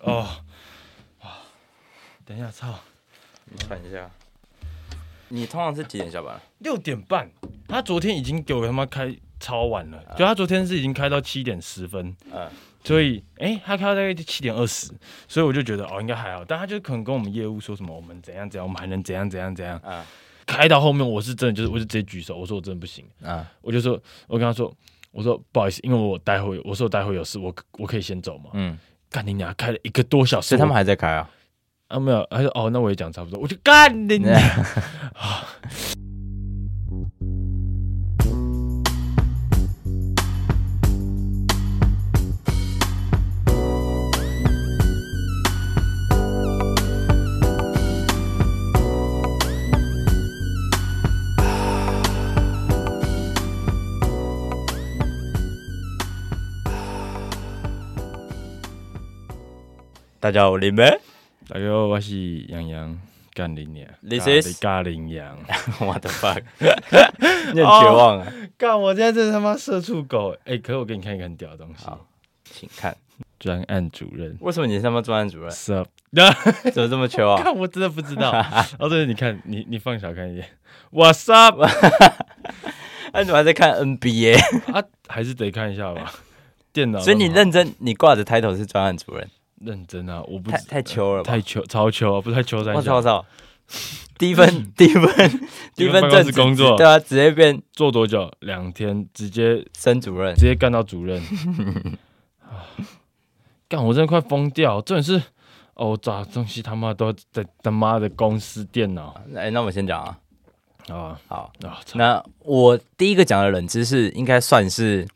哦，哇，等一下，操，你看一下，你通常是几点下班？六点半，他昨天已经给我他妈开超晚了，啊就他昨天是已经开到七点十分，嗯，所以哎、诶他开到大概七点二十，所以我就觉得哦应该还好，但他就可能跟我们业务说什么我们怎样怎样，我们还能怎样怎样怎样，嗯开到后面我是真的就是我就直接举手，我说我真的不行，嗯我就说我跟他说我说不好意思，因为我待会我说我待会有事，我我可以先走嘛，嗯，干你娘，开了一个多小时，所以他们还在开啊。啊，没有，他说哦，那我也讲差不多，我就干你娘啊！大家好，我林 梅。大家好，我是杨洋，干你娘啊 This 咖喱 is- 咖喱羊，我的 fuck，你很绝望啊。 干我现在真的他妈社畜狗 哎、可是我给你看一个很屌的东西，好请看，专案主任为什么你是他妈专案主 任？，sup， 怎么这么缺啊？看我真的不知 道，哦对，你看你你放小看一点，what's up 那哎你怎么还在看 NBA？啊，还是得看一下 吧，电脑那么好，所以你认真，你挂着 title 是专案主任，认真啊，我不太知太秋了吧太？球超球啊，不是太球三我小操我，操！第一 份，第一份，第一份办公正室职工作对啊，直接变做多久？两天，直接升主任。直接干到 主任。啊干，我真的快疯掉！重点是，哦，我找的东西他妈都在他妈的公司电脑哎，那我先讲啊，啊好，啊！操那我第一个讲的冷知识应该算是，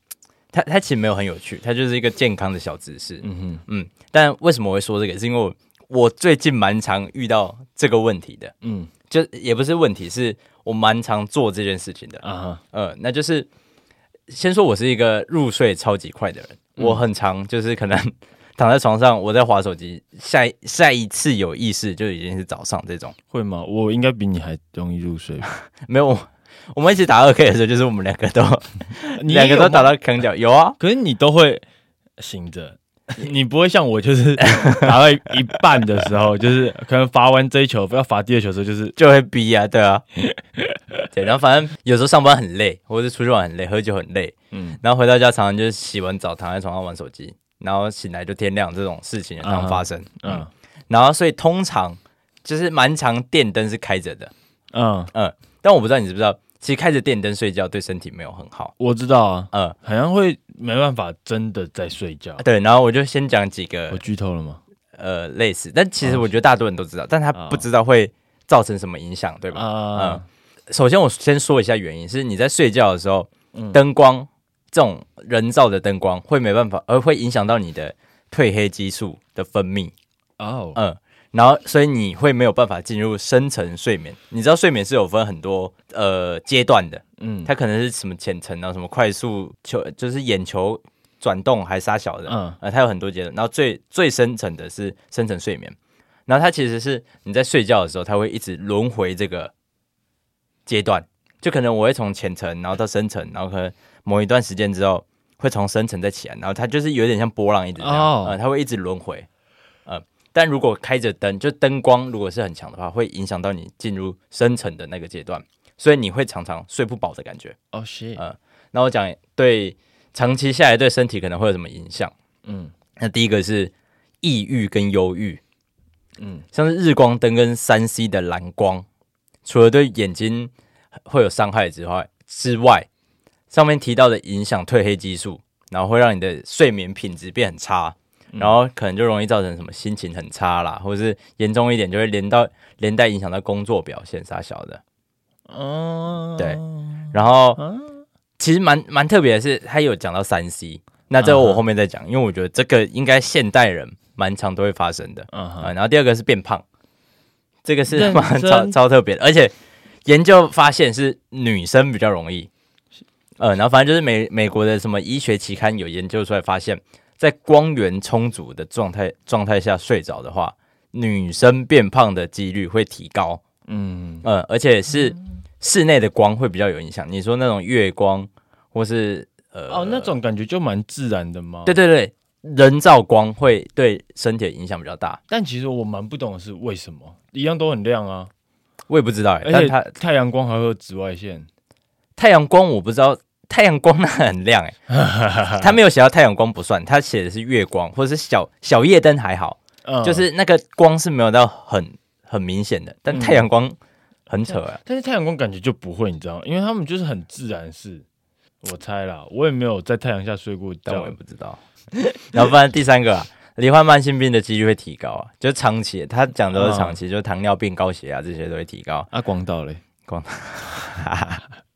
它它其实没有很有趣，它就是一个健康的小知识。嗯嗯哼，嗯，但为什么我会说这个？是因为我我最近蛮常遇到这个问题的，嗯就也不是问题，是我蛮常做这件事情的。啊哈，呃，那就是先说我是一个入睡超级快的人，嗯我很常就是可能 躺在床上，我在划手机，下一下一次有意识就已经是早上这种。会吗？我应该比你还容易入睡吧。 没有，我我们一起打二 K 的时候，就是我们两个都你两个有都吗打，到坑角，有啊，可是你都会醒着。你不会像我，就是打到 一半的时候，就是可能罚完这一球，不要罚第二球的时候，就是就会逼啊，对啊， 对，然后反正有时候上班很累，或者是出去玩很累，喝酒很累，嗯然后回到家常常就是洗完澡躺在床上玩手机，然后醒来就天亮这种事情也常发生，嗯，嗯然后所以通常就是蛮常电灯是开着的，嗯，嗯，但我不知道你知不知道，其实开着电灯睡觉对身体没有很好，我知道啊，嗯，好像会没办法真的在睡觉。对，然后我就先讲几个我剧透了吗？呃类似，但其实我觉得大多人都知道，但他不知道会造成什么影响，对吧？啊，首先我先说一下原因，是你在睡觉的时候，嗯灯光这种人造的灯光会没办法，而会影响到你的褪黑激素的分泌，哦，嗯，然后所以你会没有办法进入深层睡眠。你知道睡眠是有分很多呃阶段的，嗯，它可能是什么浅层啊，什么快速球，就是眼球转动还是啥小的，嗯呃，它有很多阶段。然后最最深层的是深层睡眠，然后它其实是你在睡觉的时候，它会一直轮回这个阶段。就可能我会从浅层，然后到深层，然后可能某一段时间之后，会从深层再起来，然后它就是有点像波浪一直这样，哦呃，它会一直轮回，呃。但如果开着灯，就灯光如果是很强的话，会影响到你进入深层的那个阶段，所以你会常常睡不饱的感觉。哦，shit，呃那我讲对长期下来对身体可能会有什么影响？嗯那第一个是抑郁跟忧郁，嗯，像是日光灯跟三 C 的蓝光，除了对眼睛会有伤害之外之外，上面提到的影响褪黑激素，然后会让你的睡眠品质变很差。然后可能就容易造成什么心情很差啦，或者是严重一点就会连到连带影响到工作表现啥小的。哦，对然后啊其实蛮蛮特别的是，他有讲到三 C，那这个我后面再讲，因为我觉得这个应该现代人蛮常都会发生的嗯啊、哼，然后第二个是变胖，这个是认蛮真超超特别的，而且研究发现是女生比较容易。呃，然后反正就是美美国的什么医学期刊有研究出来，发现，在光源充足的状态状态下睡着的话，女生变胖的几率会提高。嗯，嗯，而且是室内的光会比较有影响。你说那种月光，或是呃，哦，那种感觉就蛮自然的嘛。对，对对，人造光会对身体的影响比较大，但其实我蛮不懂的是为什么，一样都很亮啊，我也不知道、欸，而但且它太阳光还会有紫外线，太阳光我不知道，太阳光那很亮 哎、他没有写到太阳光不算，他写的是月光或者是小小夜灯还好，嗯就是那个光是没有到很很明显的，但嗯太阳光很扯啊。但是太阳光感觉就不会，你知道吗？因为他们就是很自然是，我猜啦，我也没有在太阳下睡过但我觉也。不知道。 然后，不然第三个啊，罹患慢性病的几率会提高啊，就是长期，他讲的都是长嗯期，就是糖尿病、高血压这些都会提高。啊，广岛嘞，广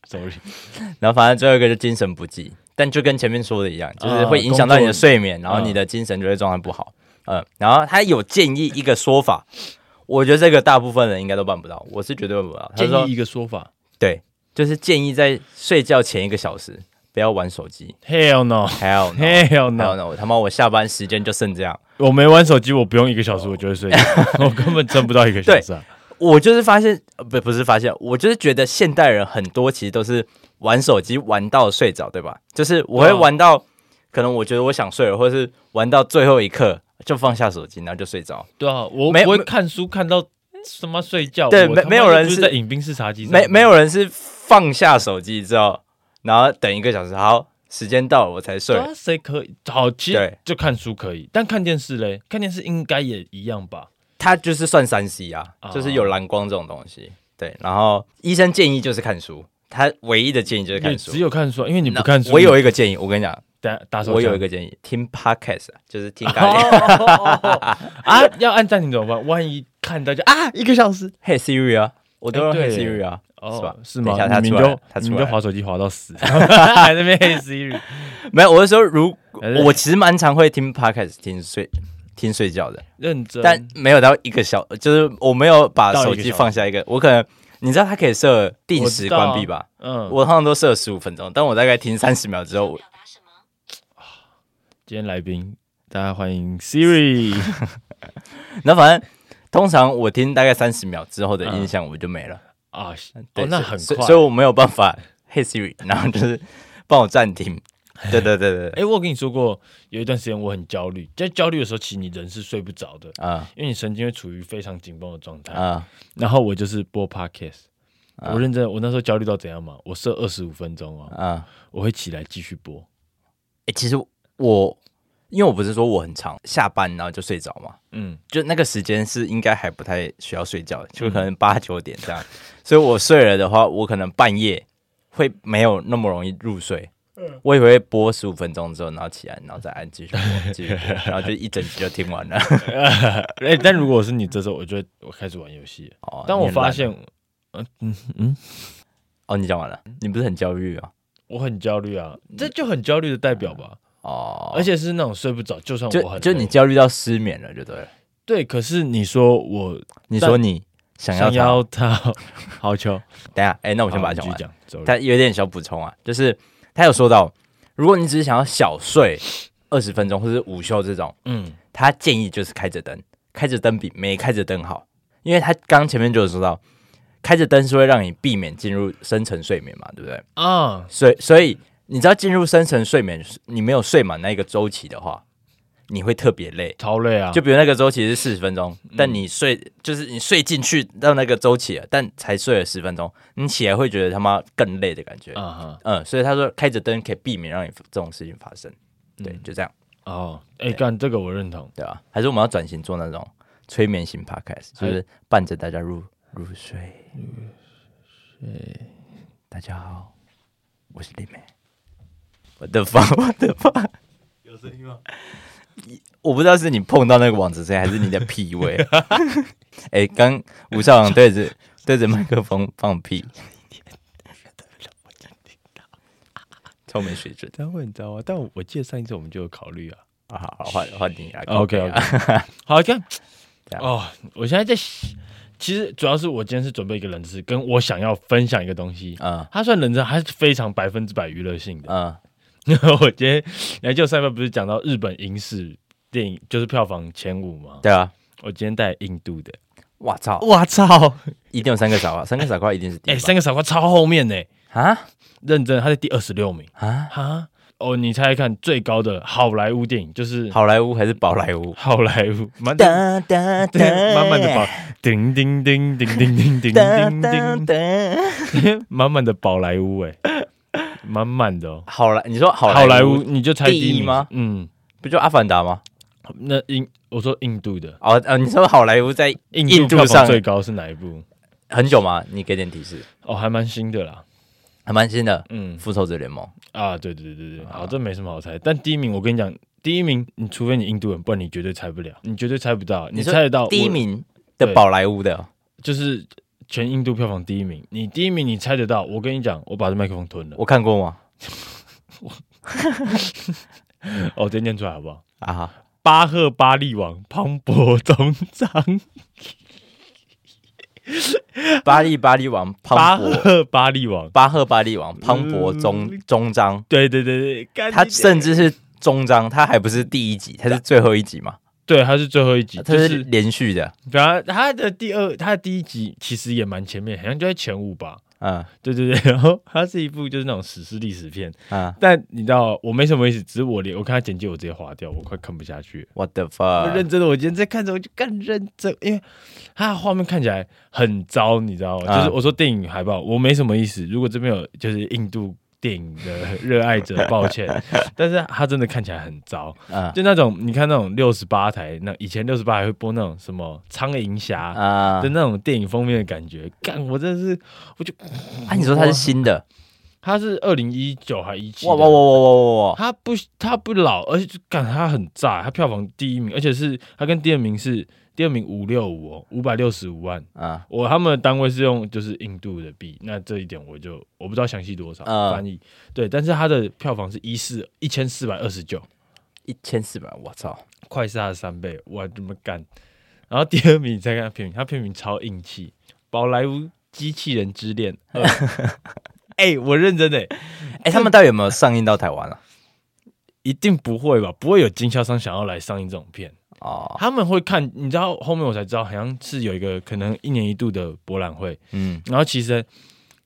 ，sorry，然后，反正最后一个就精神不济，但就跟前面说的一样，啊就是会影响到你的睡眠，然后你的精神就会状态不好。嗯，然后他有建议一个说法，我觉得这个大部分人应该都办不到，我是绝对办不到。他建说议一个说法对，就是建议在睡觉前一个小时不要玩手机。 ，Hell no，Hell 还有还 no，有呢，我他妈我下班时间就剩这样。我没玩手机，我不用一个小时我就会睡觉，哦 我根本撑不到一个小时啊。我就是发现，呃不不是发现，我就是觉得现代人很多其实都是玩手机玩到睡着，对吧？就是我会对啊玩到，可能我觉得我想睡了，或者是玩到最后一刻就放下手机，然后就睡着。对啊，我没不会没看书看到他妈睡觉，对我没他妈没有人就是是在饮冰室茶几上，没没有人是放下手机之后，然后等一个小时，好，时间到了我才睡对。啊，谁可以？好，其实对就看书可以，但看电视嘞，看电视应该也一样吧？它就是算三 C 啊，哦就是有蓝光这种东西。对，然后医生建议就是看书，他唯一的建议就是也看书只。有看书啊，因为你啊那不看书，我有一个建议，我跟你讲，打打手枪，我有一个建议，听 podcast 啊就是听咖喱。哦啊，要按暂停怎么办？万一看到就啊一个小时， Hey Siri 啊，我都用哎 Hey 对 Siri 啊，是吧？是吗等一下？他你出们来了就，他你出们来就了。划手机划到 死，还在那边黑 Siri。没有，我是说，如还是我其实蛮常会听 podcast 听睡听睡觉的，认真，但没有到一个小，就是我没有把到一个手小机时放下一个，我可能你知道它可以设定我时知道啊关闭吧？嗯，我通常都设十五分钟，但我大概听三十秒之后，我今天来宾，大家欢迎 Siri。那反正通常我听大概三十秒之后的音响我就没了。啊，对，哦，嗯那所以很所以快。所以我没有办法 Hey Siri，然后就是帮我暂停。对对对对，哎、我有跟你说过，有一段时间我很焦虑，在焦虑的时候，其实你人是睡不着的，啊因为你神经会处于非常紧绷的状态。啊然后我就是播 podcast，、啊我认真，我那时候焦虑到怎样嘛？我设二十五分钟哦，啊！我会起来继续播。哎，其实我因为我不是说我很长下班然后就睡着嘛，嗯，就那个时间是应该还不太需要睡觉，就嗯可能八九点这样。所以我睡了的话，我可能半夜会没有那么容易入睡。我以为播十五分钟之后，然后起来，然后再按继续播，继续播，然后就一整集就听完了。 啊哎、但如果是你这时候，我就会我开始玩游戏了。哦但我你很发懒现，嗯嗯嗯，哦，你讲完了，你不是很焦虑啊？我很焦虑啊，嗯这就很焦虑的代表吧，哦，而且是那种睡不着，就算我就很就你累焦虑到失眠了，就对了。对，可是你说我你说你想要想他要他好球，等一下，哎、那 我我先把它继续讲完。讲，sorry，他有点小补充啊，就是他有说到，如果你只是想要小睡二十分钟或者午休这种，嗯。他建议就是开着灯，开着灯比没开着灯好，因为他刚前面就有说到，开着灯是会让你避免进入深层睡眠嘛，对不对？啊，所以所以你知道进入深层睡眠，你没有睡满那一个周期的话，你会特别累。超累啊！就比如那个周期是四十分钟，但你睡就是你睡进去到那个周期了，但才睡了十分钟，你起来会觉得他妈更累的感觉。啊哈嗯，所以他说开着灯可以避免让你这种事情发生。对，就这样，哦，哎，干这个我认同。对吧？还是我们要转型做那种催眠型 podcast，就是伴着大家入入睡。入睡，大家好，我是李梅。我的发， 我的发，有声音吗？我不知道是你碰到那个网子声，还是你的屁味。 哎、刚吴少阳对着对着麦克风放屁，超没水准。但会你知道吗？但我我记得上一次我们就有考虑啊。啊好，好换换你来。 OK 靠背啊 OK，好，看这样哦，我现在在，其实主要是我今天是准备一个冷知识，跟我想要分享一个东西。 嗯它算冷知识，它是非常百分之百娱乐性的。 嗯我今天，你还记得我上一半不是讲到日本影史电影就是票房前五吗？对啊，我今天带印度的，我操，我操！一定有三 个傻瓜，三个傻瓜一定是第一哎，吧三个傻瓜超后面呢，啊认真，他在第二十六名。啊！哈，哦，你猜猜看，最高的好莱坞电影就是好莱坞还是宝 莱坞？好莱坞，慢 慢哒哒哒，慢慢的宝，叮叮叮叮叮叮叮哒叮哒叮，哒。满满的宝莱坞，哎，满满的哦。好莱，你说好好莱莱坞坞你就猜第第一名吗嗯，不就《阿凡达》吗？那印我说印度的，哦，呃，你说好莱坞在印度印度票房上最高是哪一部？很久吗？你给点提示，哦，还蛮新的啦。还蛮新的，嗯《复仇者联盟》。啊，对对对对对，好，这没什么好猜。但第一名，我跟你讲，第一名，你除非你印度人，不然你绝对猜不了，你绝对猜不到，你说猜得到第一我名对的宝莱坞的，就是全印度票房第一名，你第一名你猜得到，我跟你讲，我把这麦克风吞了，我看过吗？哦，直接念出来好不好？啊哈，巴赫巴利王庞博总长，巴利巴利王巴 庞博，赫嗯巴利王，巴赫巴利王庞博中中章，对对对对，干他你甚至是中章，他还不是第一集，他是最后一集嘛，对他是最后一集，他就是是连续的，然后他的第二，他的第一集其实也蛮前面，好像就在前五吧。嗯对对对，然后它是一部就是那种史诗历史片，嗯但你知道我没什么意思，只是我连我看他简介我直接划掉，我快看不下去了。 ，What the 我 fuck？认真的，我今天在看着我就更认真，因为它的画面看起来很糟，你知道吗？啊就是我说电影海报，我没什么意思。如果这边有就是印度电影的热爱者，抱 歉，但是它真的看起来很糟，嗯就那种你看那种六十八台，那以前六十八台会播那种什么苍蝇侠啊的，那种电影封面的感觉，干我真的是，我就啊，你说他是新的？他是二零一九还一七，哇哇哇哇哇哇哇！他不他不老，而且就干他很炸，他票房第一名，而且是他跟第二名是第二名五六五哦，五百六十五万。嗯我他们的单位是用就是印度的币，那这一点我就我不知道详细多少、嗯翻译对，但是他的票房是一四一千四百二十九，一千四百，我操！快是他的三倍，我怎么干？然后第二名你再看他片名，他片名超硬气，《宝莱坞机器人之恋》二。哎、我认真的、哎，他们到底有没有上映到台湾啊？一定不会吧？不会有经销商想要来上映这种片。哦，他们会看，你知道后面我才知道，好像是有一个可能一年一度的博览会，嗯然后其实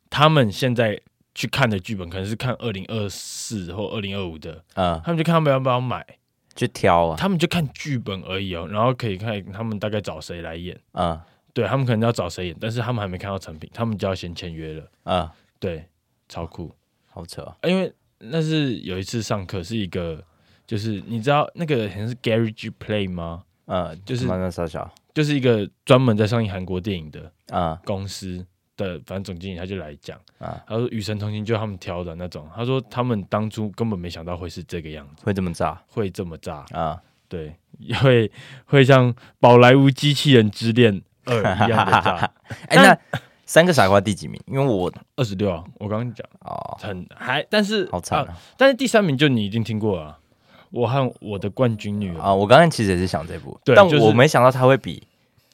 他们现在去看的剧本可能是看二零二四或二零二五的，嗯，他们就看他们要不要买，去挑啊，他们就看剧本而已哦，然后可以看他们大概找谁来演，嗯对他们可能要找谁演，但是他们还没看到成品，他们就要先签约了，嗯，对，超酷，好扯哦，啊因为那是有一次上课是一个，就是你知道那个好像是 Gary G Play 吗？嗯，就是慢慢缩小，就是一个专门在上映韩国电影的，嗯公司的反正总经理他就来讲，啊他说《与神同行》就他们挑的那种，他说他们当初根本没想到会是这个样子，会这么炸会这么炸，啊？对，会会像《宝莱坞机器人之恋二》一样的炸。 哎，那三个傻瓜第几名？因为我二十六啊，我刚刚讲哦，很还，但是好惨啊啊！但是第三名就你一定听过啊，我和我的冠军女友，啊！我刚刚其实也是想这部，对但就是我没想到他会比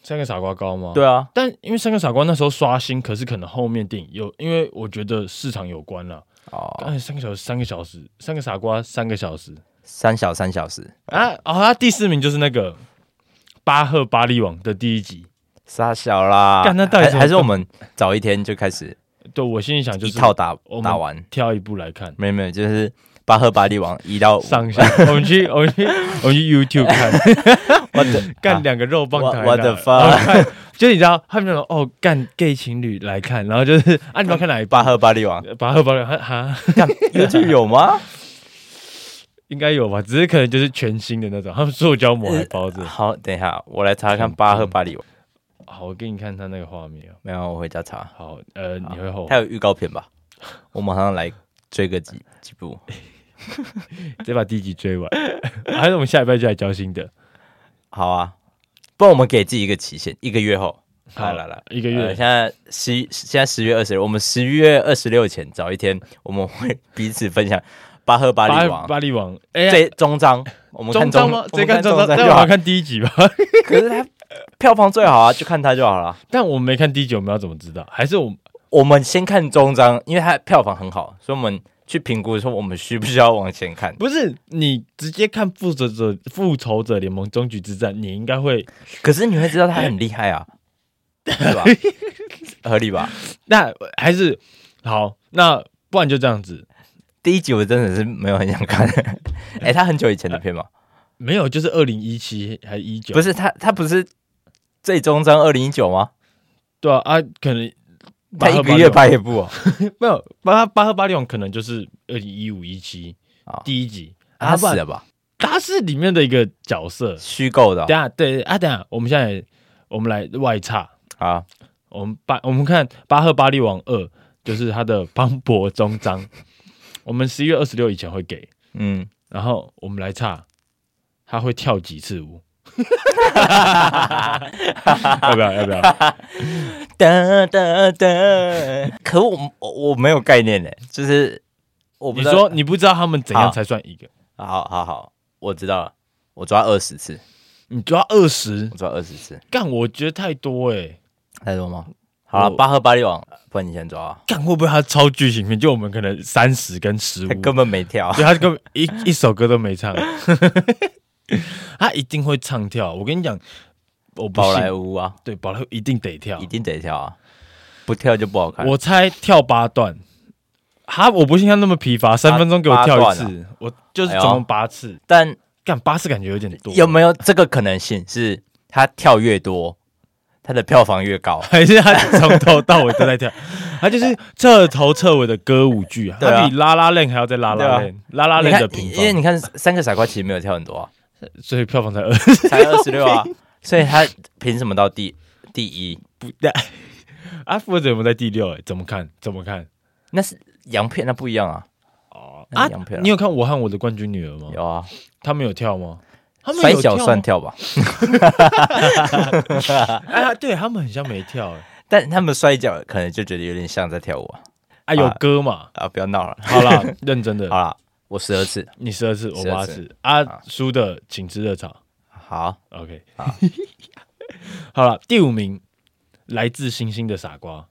三个傻瓜高吗？。对啊，但因为三个傻瓜那时候刷新，可是可能后面电影有，因为我觉得市场有关了。哦，哎，三个小时，三个小时，三个傻瓜，三个小时。三小三小时，啊，哦，他第四名就是那个巴赫巴利王的第一集。傻小啦，干那到底还怎么还是我们早一天就开始对我心里想就一是套打我们打完，挑一部来看，没有没有，就是巴赫巴利王一到五，上 下我们去我们去我们去 YouTube 看，我的干两个肉棒台 What- what the 然后看 就你知道他们那种哦干 gay 情侣来看，然后就是啊你们要看哪一部？巴赫巴利王，巴赫巴利王哈，哈干 YouTube 有吗？ 应该有吧，只是可能就是全新的那种，他们塑胶膜还包 着。好，等一下我来查看巴赫巴利王，好，我给你看他那个画面哦。没有，我回家查，好，呃，你会后悔它有预告片吧？我马上来追个几几部，直接把第一集追完， 还是我们下礼拜就来交新的？好啊，不然我们给自己一个期限，一个月后。好来来来，一个呃月现在十一现在十月二十六，我们十月二十六前早一天，我们会 彼此分享巴赫巴利王巴利王，哎呀，这终章，我们看中章吗？我直接们看看中章，章但就我好们。看第一集吧。 可是他票房最好啊，就看他就好了。但我们没看第一集，我们要怎么知道？还是我我们先看终章，因为他票房很好，所以我们去评估说我们需不需要往前看。 不是你直接看《复仇者复仇者联盟：终局之战》，你应该会。可是你会知道他很厉害啊，对吧？合理吧？那还是好，那不然就这样子。第一集我真的是没有很想看。 哎、他很久以前的片吗？没有，就是二零一七还一九，不是是，他他不是最终章二零一九吗？对啊啊，可能他八一和个八月六拍一部啊哦。 没有八八和八六可能就是二零一五一七啊第一集，他死不然了吧？他是里面的一个角色。虚构的等一下对啊，等一下我们现在我们来外插，啊，我们八我们看巴赫巴利王二，就是他的邦博终章， 我们十一月二十六以前会给，嗯，然后我们来查他会跳几次舞， 要不要？要不要？哒哒哒。可我我我没有概念呢，就是我不你知道。说你不知道他们怎样好才算一个？好好好，我知道了，我抓二十次，你抓二十我，抓二十次，干我觉得太多哎、欸，太多吗？好了，我巴赫巴利王，不然你先抓啊，干会不会他超巨型片？就我们可能三十跟十五，他根本没跳。啊对他根本一一首歌都没唱， 他一定会唱跳。我跟你讲，我 不宝信，莱坞啊，对宝莱坞一定得跳一，定得跳啊，不跳就不好看。我猜跳八段。他我不信他那么疲乏，三分钟给我跳一八啊次，我就是总共八次。但干八次感觉有点多，？有没有这个可能性是他跳越多，他的票房越高还是他从头到尾都在跳？他就是彻头彻尾的歌舞剧啊，对啊他比拉拉链还要再拉拉对啊链，拉拉你链看的平因为方，你看三个傻瓜其实没有跳很多啊，所以票房 才二。才二十 六啊，所以他凭什么到第第一？啊，负责有没有在第六？哎，怎么看？怎么看？那是洋片，那不一样啊。哦那啊是洋片啊，你有看《我和我的冠军女儿》吗？有啊，他们有跳吗？他们摔有跤吗算跳吧，啊？对他们很像没跳哎，但他们摔跤可能就觉得有点像在跳舞啊。 啊有歌嘛？啊，不要闹了，好 啦，认真的好，啦，我十二次，你十二次，我12八次次啊，输的请吃热炒。好， OK，好 好了，第五名来自星星的傻瓜，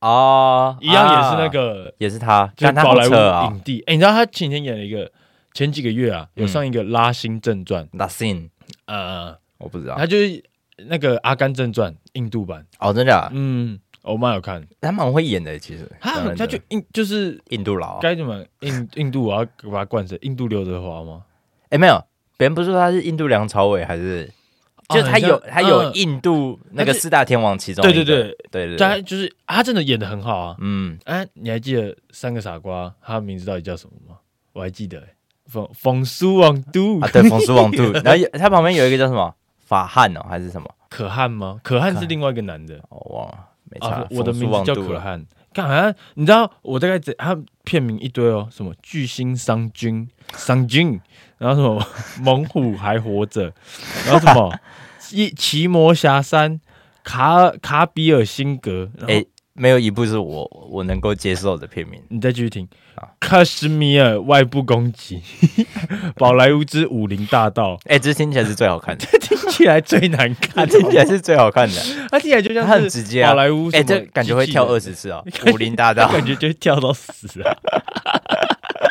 哦，啊一样也是那啊，个，也是他，就是但他宝好莱扯坞啊影帝。哎、你知道他前天演了一个，前几个月啊，有嗯上一个《拉辛正传》 ，Nothing，呃，我不知道他，就是那个《阿甘正传》印度版，哦，真的假的，嗯，我妈有看，他蛮会演的，其实，他很讲认啊他真就印就是印度佬啊，该怎 么印印度，我要把它冠成印度刘德华吗？哎，没有，别人不是说他是印度梁朝伟还是？哦就是他很像有他有嗯印度那他个是四大天王其中一对个，对对，对对但他对，就是他真的演的很好啊， 嗯，哎、你还记得三个傻瓜他的名字到底叫什么吗？我还记得、欸，冯冯苏王都、啊，对，冯叔王 度，然后有他旁边有一个叫什么法汉哦，还是什么？可汗吗？可汗是另外一个男的哦我忘了，没啊差，，我的名冯叔字王叫度可了汗。干好像你知道我大概怎他片名一堆哦，什么巨星商君商君，然后什么 猛虎还活着，然后什么 一奇摩峡山卡尔卡比尔辛格，然后哎，没有一部是我我能够接受的片名。你再继续听好。喀什米尔外部攻击， 宝莱坞之武林大道，哎、这听起来是最 好看的，听起来最难它看，听起来是最好看的，它听起来就像它很是直接啊宝。莱坞什哎、么这感觉会跳机器二人，十次 哦，《武林大道》感觉就会跳到死啊！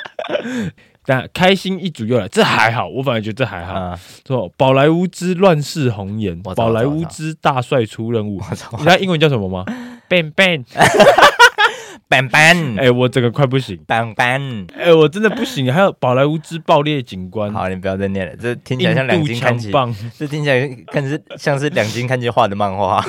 但开心一族又来，这还好，我反而觉得这还好。啊，说宝莱坞之乱世红颜，我知道宝莱我知坞道之大帅出任务，我操哎你，知道英文叫什 么吗？Bang bang！板板哎，我整个快不行，板板，哎，我真的不行。还有宝莱坞之爆裂警官，好，你不要再念了，这听起来像印两度金看强齐，棒，这听起来更是像是两金看齐画的 漫画，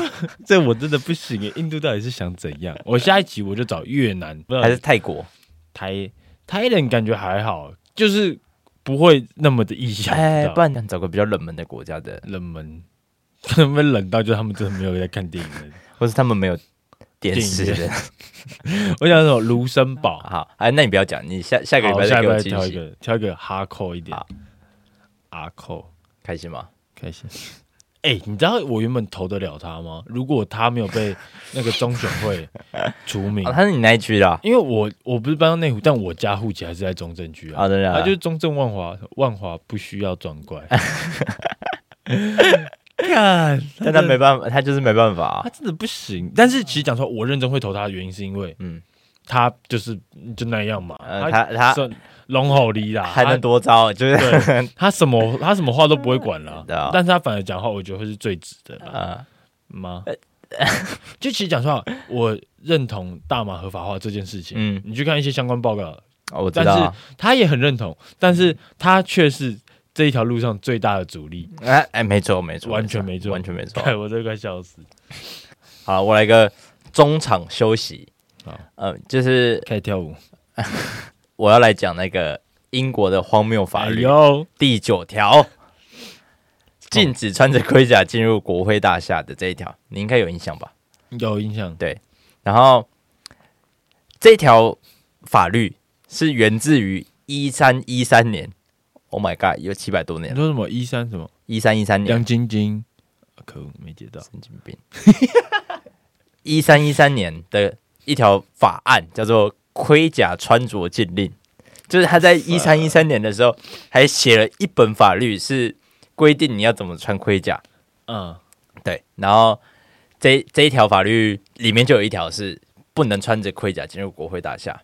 这我真的不行耶！印度到底是想怎样？我下一集我就找越南，不知道还是泰国？台台人感觉还好，就是不会那么的异想，哎、你知不道然找个比较冷门的国家的，冷门， 可能会冷到就是他们真的没有在看电影的。或是他们没有电视电的。 我想说卢森堡，好，哎、那你不要讲，你下下下个礼拜下再一给个我惊挑一喜，个挑一个哈扣一点好，阿扣开心吗？开心。 哎、你知道我原本投得了他吗？如果他没有被那个中选会除名 哦，，他是你那一区的啊，因为我我不是搬到内湖，但我家户籍还是在中正区啊。哦真的啊他就是中正万华，万华不需要转 怪。看，但他没办法，他就是没办法、啊他。真的不行。但是其实讲说，我认真会投他的原因是因为嗯，他就是就那样嘛。呃，他他算龙吼狸啦，还能多招，就是他对他什么他什么话都不会管了 对啊，但是他反而讲话，我觉得会是最直的 啦呃，吗？就其实讲实话，我认同大麻合法化这件事情。嗯你去看一些相关报告，哦我知但道是啊。他也很认同，但是他却是这一条路上最大的阻 力。哎哎，没错没错，完全没错完全没错。 哎，我真的快笑死，好，我来个中场休息好。呃，就是开始跳舞，我要来讲那个英国的荒谬法律、哎呦，第九条，禁止穿着盔甲进入国会大厦的这一条，你应该有印象吧？有印象，然后这条法律是源自于一三一三年，Oh my God，有七百多你年了，说什么一三什么一三一三年，亮晶晶，啊可恶没接到，神经病。 一三一三年的一条法案叫做《盔甲穿着禁令》，就是他在一三一三年的时候还写了一本法律，是规定你要怎么穿盔甲。嗯，对，然后这这一条法律里面就有一条是不能穿着盔甲进入国会大厦。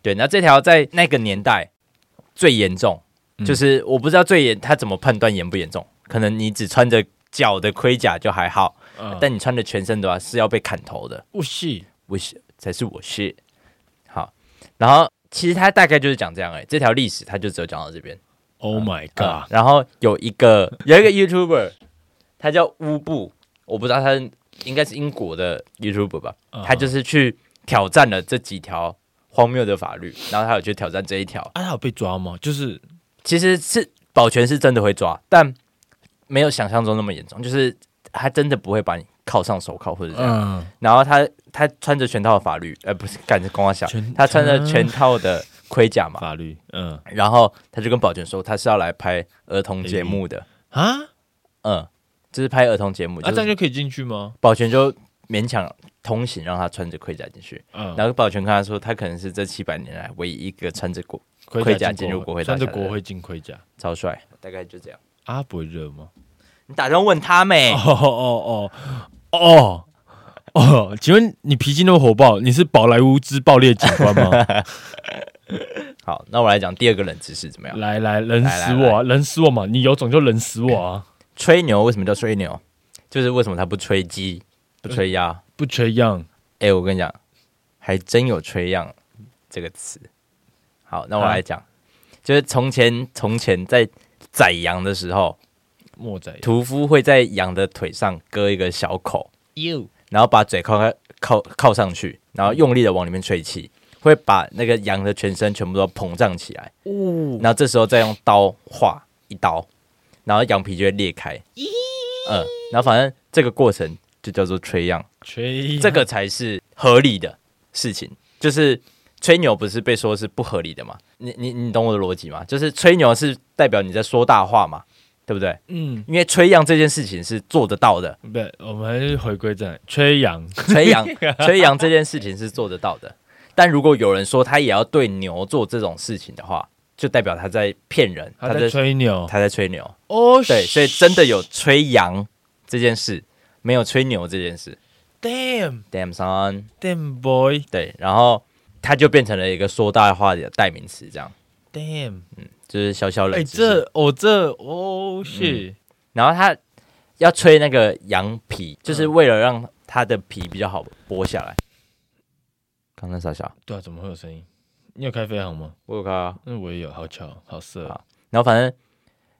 对，那这条在那个年代最严重，嗯就是我不知道最严他怎么判断严不严重，可能你只穿着脚的盔甲就还好，嗯但你穿的全身的话是要被砍头的，我是我是才是我是好。然后其实他大概就是讲这样哎、这条历史他就只有讲到这边。 Oh my 呃 God，然后有一个有一个 YouTuber，他叫乌布，我不知道他是应该是英国的 YouTuber 吧，嗯他就是去挑战了这几条荒谬的法律，然后他有去挑战这一条，啊，他有被抓吗？就是其实是保全是真的会抓，但没有想象中那么严重，就是他真的不会把你铐上手铐或者这样。嗯，然后他他穿着全套的法律，呃，不是，干着光小全，他穿着全套的盔甲嘛，法律，嗯然后他就跟保全说他是要来拍儿童节目的，啊，嗯，就是拍儿童节目，啊，这就样是就可以进去吗？保全就勉强通行让他穿着盔甲进去，嗯，然后保全跟他说他可能是这七百年来唯一一个穿着国盔甲进入国会大穿厦着的国会进盔甲超帅，大概就这样。啊，不会热吗？你打算问他没？哦哦哦哦哦，请问你脾气那么火爆，你是宝莱坞之爆裂警官 吗？好，那我来讲第二个冷知识怎么样？来来，冷死我、啊，冷死我嘛！你有种就冷死我啊！吹牛为什么叫吹牛？就是为什么他不吹鸡，不吹鸭？不缺样，哎、我跟你讲，还真有“吹样”这个词。好，那我啊来讲，就是从前从前在宰羊的时候，莫仔屠夫会在羊的腿上割一个小口， you 然后把嘴靠开靠靠上去，然后用力的往里面吹气，会把那个羊的全身全部都膨胀起来。哦，然后这时候再用刀划一刀，然后羊皮就会裂开。嗯，然后反正这个过程就叫做吹样。缺这个才是合理的事情。就是吹牛不是被说是不合理的嘛？你你你懂我的逻辑吗？就是吹牛是代表你在说大话嘛，对不对？嗯，因为吹样这件事情是做得到的，不，我们还是回归正来，缺氧，吹羊 吹羊这件事情是做得到的。但如果有人说他也要对牛做这种事情的话，就代表他在骗人，他在吹牛他在吹牛。哦，对，所以真的有吹羊这件事，没有吹牛这件事。 damn Damn son。 damn boy 对，然后它就变成了一个说大话的代名词，这样 damn，就是嗯小小冷哎，知识。这我这哦是然后它要吹那个羊皮，就是为了让它的皮比较好剥下来。刚刚傻笑，对啊，怎么会有声音？你有开飞航吗？我有看啊。那我也有，好巧，好色啊好然后反正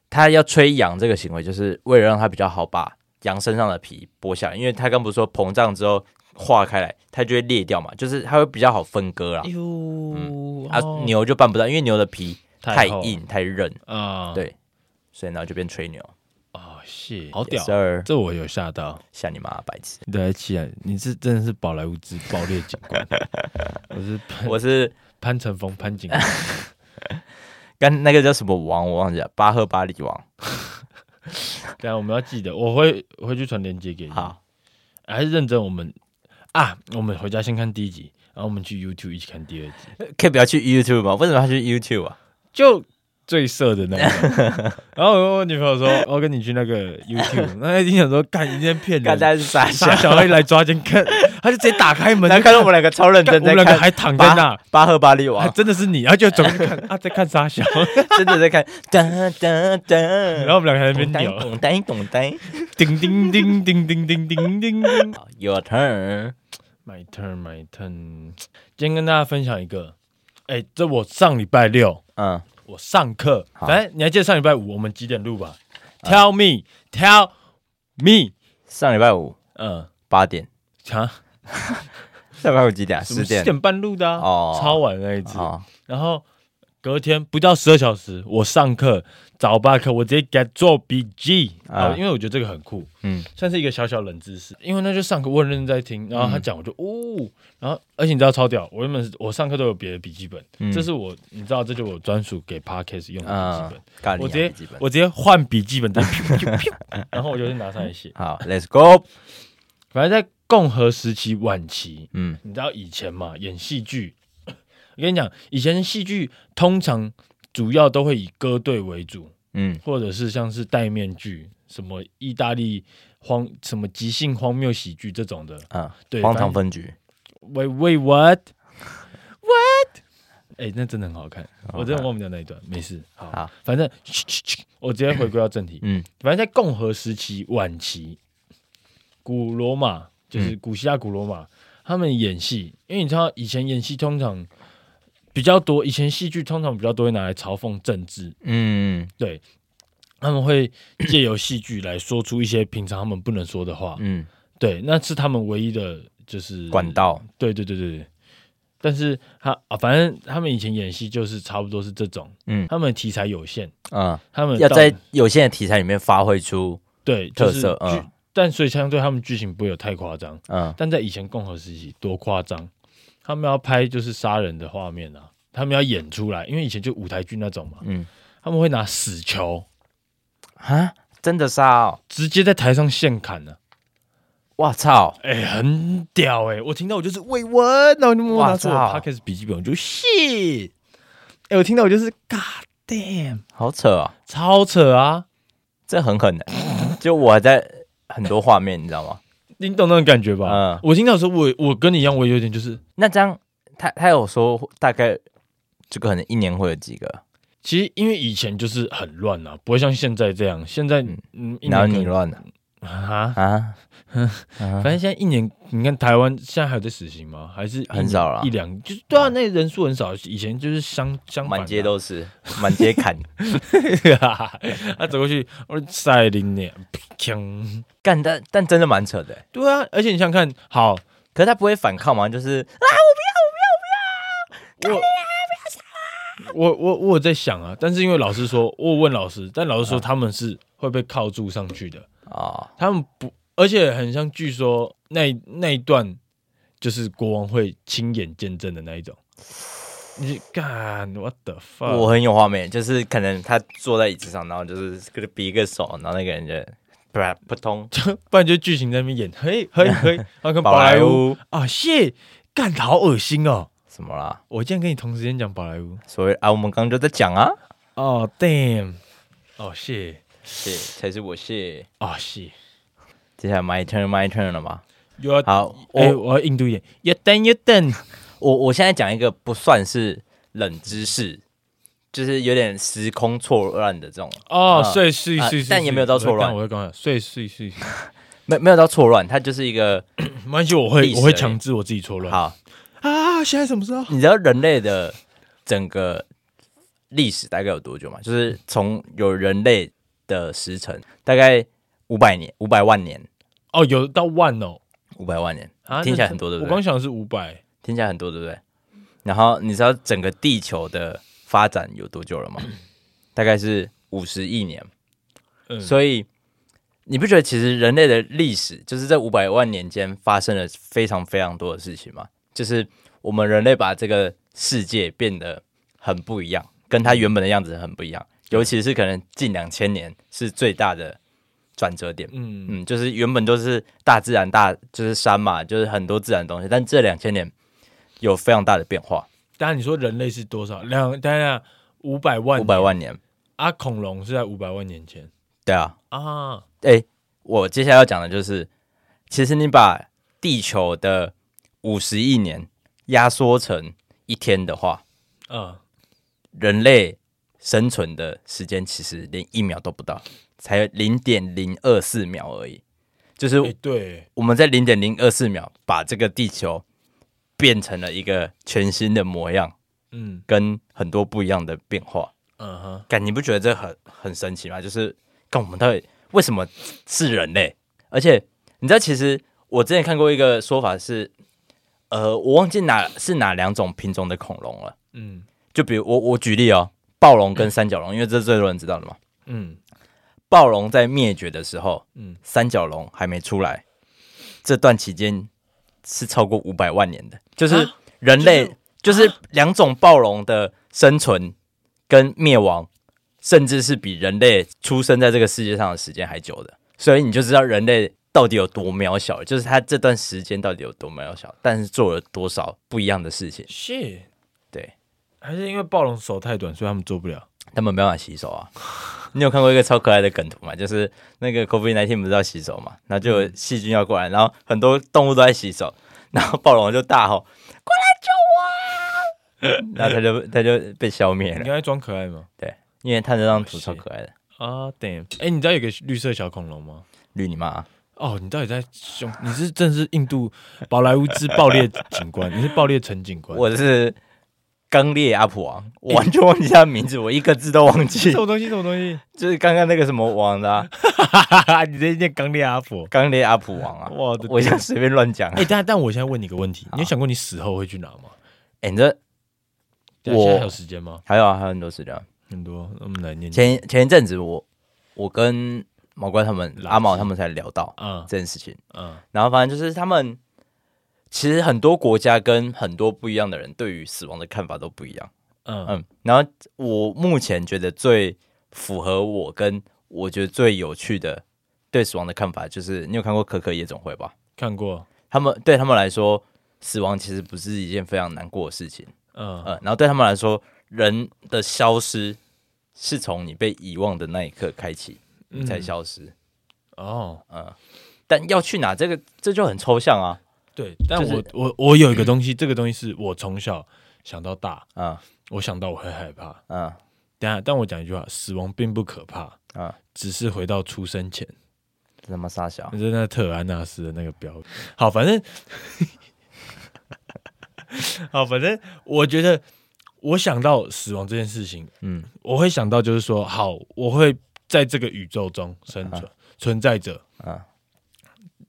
他要吹羊这个行为，就是为了让它比较好把羊身上的皮剥下来，因为他刚不是说膨胀之后化开来，它就会裂掉嘛，就是它会比较好分割啦。哎哟啊，哦牛就办不到，因为牛的皮太厚硬太韧，啊，对所以呢就变吹牛。哦是，好屌 Yes，sir 这我有吓到。吓你妈，白痴！你对得起来，你是真的是宝莱坞之爆裂警 官，我是潘我是潘成峰潘 警官，跟那个叫什么王，啊我忘记了，巴赫巴里王。等一啊下我们要记得，我会我会去传链接给你。好，还是认真我们啊，我们回家先看第一集，然后我们去 YouTube 一起看第二集， 可以不要去 YouTube 吗？为什么要去 YouTube 啊？就最色的那 个。然后我跟我女朋友说，我跟你去那个 YouTube，那她一定想说，干，你今天骗大人，家是傻笑傻， 小黑来抓奸，看，他就直接打开门，然后看到我们两个超认干我真 在们两个看还啊躺在 那，巴赫巴里还王，真的是你，然后就走过去看，啊，在看傻 小，真的在看，噔噔噔，然后我们两个还在那咚边噔扭，咚噔咚噔叮叮叮叮叮叮叮 叮叮。好，Your turn， My turn, my turn。今天跟大家分享一个哎、这我上礼拜六嗯，我上课，好反正你还记得上礼拜五我们几点录吧、t e l l me, tell me，上礼拜五嗯，八点，啊，上礼拜五几点啊？什么十十点。点半录的啊，哦超晚那一次。哦，然后隔天不到十二小时，我上课早八课，我直接给他做笔记啊、啊因为我觉得这个很酷，嗯，算是一个小小冷知识。因为那就上课我很认真在听，然后他讲我就嗯呜、然后而且你知道超屌，我原本是我上课都有别的笔记本，嗯这是我你知道这就是我专属给 podcast 用的笔记本。嗯，咖喱我羊直接笔记本。我直接换笔记本，直接噗噗噗 然后我就拿上来写。好，Let's 啊 go。反正在共和时期晚期，嗯，你知道以前嘛，演戏剧， 我跟你讲，以前戏剧通常主要都会以歌队为主，嗯或者是像是戴面具、什么意大利荒、什么即兴荒谬喜剧这种的。嗯，对，荒唐分局。喂喂，what what？哎、那真的很好看，我真的忘不掉那一段。没事，好，好反正 嘘嘘嘘我直接回归到正题。嗯反正在共和时期晚期，古罗马嗯就是古希腊古罗马，他们演戏，因为你知道以前演戏通常比较多，以前戏剧通常比较多会拿来嘲讽政治，嗯对，他们会借由戏剧来说出一些平常他们不能说的话，嗯，对，那是他们唯一的就是管，道。对对对对对。但是他啊，反正他们以前演戏就是差不多是这种，嗯他们题材有限，嗯，他们要到在有限的题材里面发挥出对特就是色剧嗯但所以相对他们剧情不会有太夸张，嗯但在以前共和时期多夸张，他们要拍就是杀人的画面啊，他们要演出来，因为以前就舞台剧那种嘛，嗯他们会拿死囚啊，真的杀哦！直接在台上现砍呢、哇操！哎、很屌哎、我听到我就是喂我，然后我就默默拿出我的哇操 podcast 笔记本，我就 shit，哎、我听到我就是 god damn，好扯哦，超扯啊！这很狠的。就我还在很多画面，你知道吗？你懂那种感觉吧？嗯我听到的时候，我我跟你一样，我也有点就是，那这样，他他有说大概这个可能一年会有几个，其实因为以前就是很乱啊，不会像现在这样。现在嗯嗯，一然后年可你能乱了啊，啊？反正现在一年，你看台湾现在还有在死刑吗？还是一很少啦一两就是对啊，那人数很少。以前就是相相反、满街，都是，满街砍， 他走过去，我塞林呢，锵！ 干但但真的蛮扯的欸。对啊，而且你想想看，好，可是他不会反抗 吗？就是我我我有在想啊，但是因为老师说，我有问老师，但老啊师说他们是会被铐住上去的，哦，他们不，而且很像，据说那一那一段就是国王会亲眼见证的那一种。你干，what the fuck？我很有画面，就是可能他坐在椅子上，然后就是跟着比一个手，然后那个人就 不然 扑通， 不然就剧情在那边演，嘿 嘿嘿，然后跟宝莱坞啊，谢干好恶心哦！什么啦？我竟然跟你同时间讲宝莱坞所以啊，我们刚刚就在讲啊，哦，damn，哦谢是才是我是。哦谢，接下来 my turn my turn 了嘛？又要好，我、哎，我要印度一点，要等要等， 我我现在讲一个不算是冷知识，就是有点时空错乱的这种，哦啊睡睡啊睡，睡但也没有到错乱我会刚才睡睡睡， 睡没没有到错乱，它就是一个没关系，我会历史我会而已强制我自己错乱好。啊！现在什么时候？你知道人类的整个历史大概有多久吗？就是从有人类的时辰，大概五百年、五百万年、哦，有到万哦五百万年，啊，听起来那很多对不我对光想的是五百，听起来很多，对不对？然后你知道整个地球的发展有多久了吗？大概是五十亿年。嗯所以你不觉得其实人类的历史就是在五百万年间发生了非常非常多的事情吗？就是我们人类把这个世界变得很不一样，跟它原本的样子很不一样，尤其是可能近两千年是最大的转折点。嗯嗯，就是原本都是大自然大，就是山嘛，就是很多自然的东西，但这两千年有非常大的变化，当然你说人类是多少？两当然五百万五百年万年。啊，恐龙是在五百万年前对啊，啊，诶，我接下来要讲的就是，其实你把地球的五十亿年压缩成一天的话，嗯，人类生存的时间其实连一秒都不到，才零点零二四秒而已。就是哎、对，我们在零点零二四秒把这个地球变成了一个全新的模样。嗯跟很多不一样的变化。嗯哼，感你不觉得这很很神奇吗？就是跟我们到底为什么是人类？而且你知道，其实我之前看过一个说法是，呃，我忘记哪是哪两种品种的恐龙了。嗯就比如我我举例哦，暴龙跟三角龙，因为这是最多人知道的嘛。嗯暴龙在灭绝的时候，嗯，三角龙还没出来，这段期间是超过五百万年的，就是啊人类、就就是啊是两种暴龙的生存跟灭亡，甚至是比人类出生在这个世界上的时间还久的，所以你就知道人类到底有多渺小，就是他这段时间到底有多渺小，但是做了多少不一样的事情，是，对还是因为暴龙手太短，所以他们做不了。他们没办法洗手啊。 你有看过一个超可爱的梗图吗？就是那个 COVID 1 9不是要洗手嘛，然后就有细菌要过来，然后很多动物都在洗手， 然后暴龙就大吼过来救我，啊 然后他就他就被消灭你了刚。才装可爱吗？对，因为他那张图超可爱的，啊、d a m n 哎、你知道有个绿色小恐龙吗？绿你妈啊！哦，你到底在凶？你是真是印度宝莱坞之爆裂警官， 你是爆裂城警官？我是刚烈阿普王，我完全忘记他的名字，我一个字都 忘记什。么东西？什么东西？就是刚刚那个什么王的啊哈哈哈！ 你在念刚烈阿婆。刚、烈阿普王啊，我的我就随便乱讲啊哎、。但但我现在问你个问题，你有想过你死后会去哪吗？哎、你这对啊现在我还有时间吗？还有啊，还有很多资料。很多，那我们来念。前前一阵子我我跟毛怪他们、垃圾阿毛他们才聊到嗯这件事情，嗯然后反正就是他们其实很多国家跟很多不一样的人对于死亡的看法都不一样。嗯嗯，然后我目前觉得最符合我跟我觉得最有趣的对死亡的看法，就是你有看过《可可夜总会》吧？看过。他们对他们来说，死亡其实不是一件非常难过的事情。嗯呃，然后对他们来说，人的消失是从你被遗忘的那一刻开启，嗯你才消失。哦，但要去哪，这个这就很抽象啊。对，但就是我我我有一个东西，这个东西是我从小想到大，嗯我想到我会害怕。嗯等一下，但我讲一句话，死亡并不可怕，嗯，只是回到出生前。这他妈傻小那。是那特安纳斯的那个标语。好，反正， 好，反正我觉得，我想到死亡这件事情，嗯我会想到就是说，好，我会在这个宇宙中生存，存在着。嗯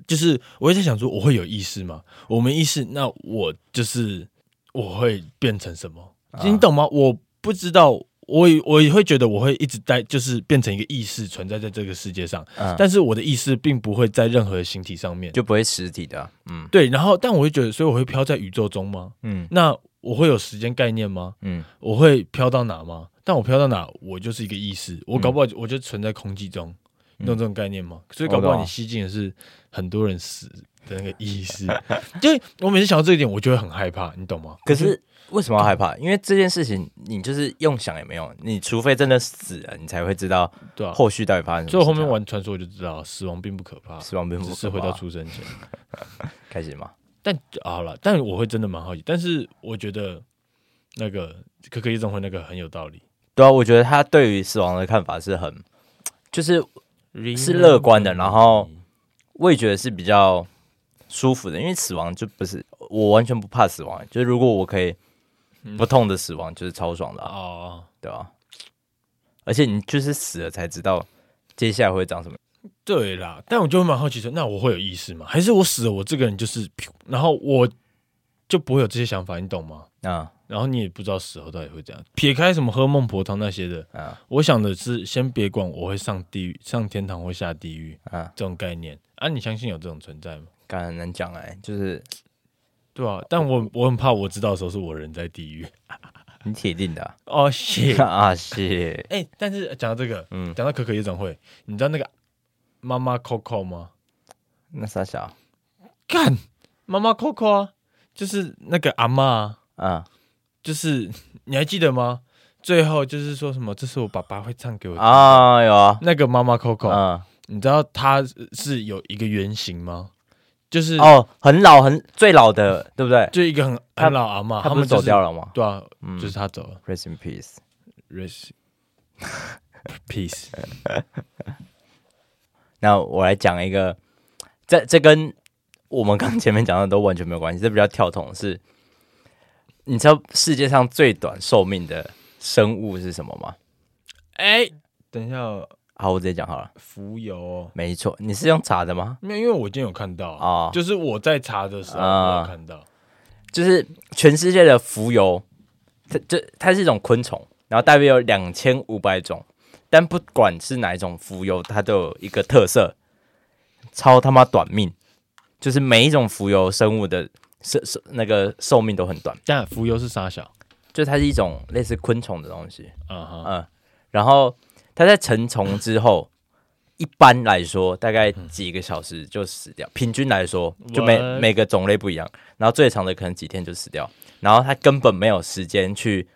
就是我会在想说，我会有意识吗？我没意识，那我就是我会变成什么？你懂吗？我不知道。我也我也会觉得我会一直待，就是变成一个意识存在在这个世界上，嗯，但是我的意识并不会在任何形体上面。就不会实体的啊。嗯对，然后但我会觉得，所以我会飘在宇宙中吗？嗯那我会有时间概念吗？嗯我会飘到哪吗？但我飘到哪，我就是一个意嗯识，我搞不好我就存在空气中，你懂这种概念吗？所以搞不哦我好懂你吸进的是很多人死的那个意识， 就是我每次想到这一点，我就会很害怕，你懂吗？可是为什么要害怕？因为这件事情，你就是用想也没用，你除非真的死了，你才会知道对啊，后续到底发生什所以么事情啊。我后面玩传说我就知道，死亡并不可怕，死亡并不只可是回怕到出生前。开始吗？但啊好了，但我会真的蛮好奇，但是我觉得那个可可夜总会那个很有道理，对啊，我觉得他对于死亡的看法是很，就是是乐观的然后我也觉得是比较舒服的，因为死亡就不是我完全不怕死亡，就是如果我可以不痛的死亡，就是超爽的、啊，哦，对吧、而且你就是死了才知道接下来会长什么，对啦，但我就会蛮好奇说，那我会有意识吗？还是我死了，我这个人就是，然后我就不会有这些想法，你懂吗？嗯然后你也不知道死后到底会怎样。撇开什么喝孟婆汤那些的，嗯我想的是，先别管我会上地狱、上天堂或下地狱嗯，这种概念啊。你相信有这种存在吗？感很难讲哎、就是对啊，但我我很怕我知道的时候是我人在地狱。你铁定的啊哦，谢。 啊谢，哎、但是讲到这个，嗯讲到可可夜总会，你知道那个妈妈 Coco 吗？那傻小，干，妈妈 Coco 啊，就是那个阿嬷啊，嗯就是你还记得吗？最后就是说什么，这是我爸爸会唱给我听。啊有啊，那个妈妈 Coco，、嗯你知道她是有一个原型吗？就是、哦很老很最老的对不对？就一个很她很老阿嬷，他不们是走掉了，了吗对啊，嗯就是她走了。 ？Rest in peace。 Rest peace，那我来讲一个，这这跟我们刚前面讲的都完全没有关系，这比较跳痛的是，你知道世界上最短寿命的生物是什么吗？哎、等一下哦，好，我直接讲好了。浮游哦没错，你是用查的吗？没有，因为我今天有看到啊哦就是我在查的时候啊我有看到，就是全世界的浮游，它这它是一种昆虫，然后大约有两千五百种，但不管是哪一种浮游，它都有一个特色，超他妈短命，就是每一种浮游生物的寿寿那个寿命都很短，但浮游是沙小，就它是一种类似昆虫的东西，嗯哼，嗯，然后它在成虫之后。一般来说，大概几个小时就死掉，平均来说，就每 What？每个种类不一样，然后最长的可能几天就死掉，然后它根本没有时间去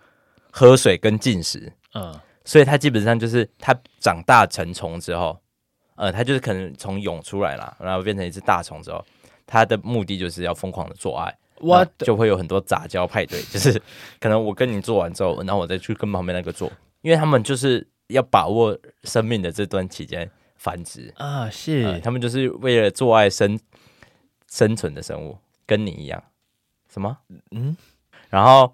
喝水跟进食，嗯，所以它基本上就是它长大成虫之后，呃，它就是可能从蛹出来啦，然后变成一只大虫之后，它的目的就是要疯狂的做爱，我然后就会有很多杂交派对， 就是可能我跟你做完之后，然后我再去跟旁边那个做，因为他们就是要把握生命的这段期间繁殖，啊，呃谢，他们就是为了做爱生生存的生物，跟你一样。什么？嗯，然后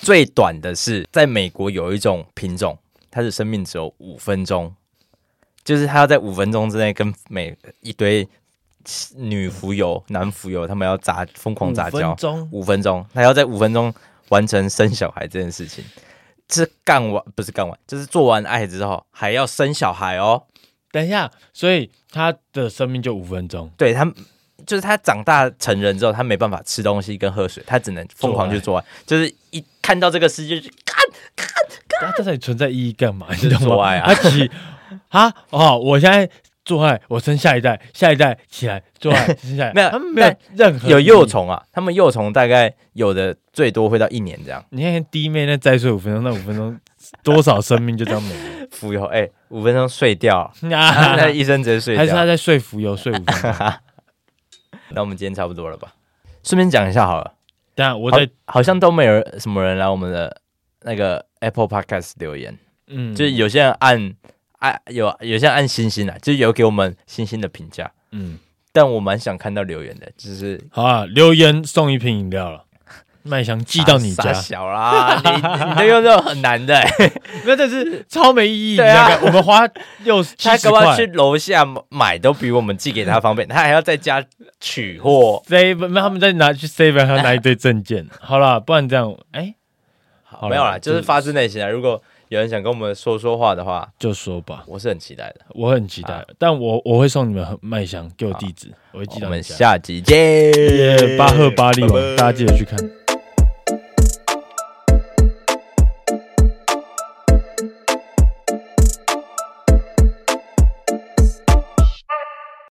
最短的是，在美国有一种品种，它的生命只有五分钟，就是它要在五分钟之内跟每一堆女浮游、男浮游，他们要杂疯狂杂五交分，钟，五分钟，他要在五分钟完成生小孩这件事情。是干完不是干完，就是做完爱之后还要生小孩哦。等一下，所以它的生命就五分钟，对他，就是他长大成人之后，他没办法吃东西跟喝水，他只能疯狂去做爱，就是一看到这个世界就啊干那这才存在意义干 嘛？是你懂吗？做爱啊它起 啊哦，我现在做爱，我生下一代，下一代起来做爱，生下一代，没有它没有任何有意义幼。虫啊，他们幼虫大概有的最多会到一年这样你看弟妹那再睡五分钟，那五分钟多少生命 就这样 没了浮游，哎、五分钟睡掉，啊那医生直接睡还是他掉。在说服游说五分钟？ 那我们今天差不多了吧？顺便讲一下好了，等一下我好在好像都没有人什么人来我们的那个 Apple Podcast 留言，嗯，就是有些人按按有有些人按星星啊，就是有给我们星星的评价，嗯，但我蛮想看到留言的，就是好啊，留言送一瓶饮料了，麦香寄到你家傻，小 啦，你你都用这种很难的、欸，那这是超没意义。对啊你知道吗我们花六七他十干嘛块去楼下买都比我们寄给他方便，他还要在家取货。 seven，那他们再拿去 seven 还要拿一堆证 件。好啦，不然这样，哎、好啦没有啦，就就是发自内心啊。如果有人想跟我们说说话的话，就说吧，我是很期待的。我很期待，好但我我会送你们麦香，给我地址，我会寄我到你们家。下集见耶，巴赫巴利王，大家记得去看。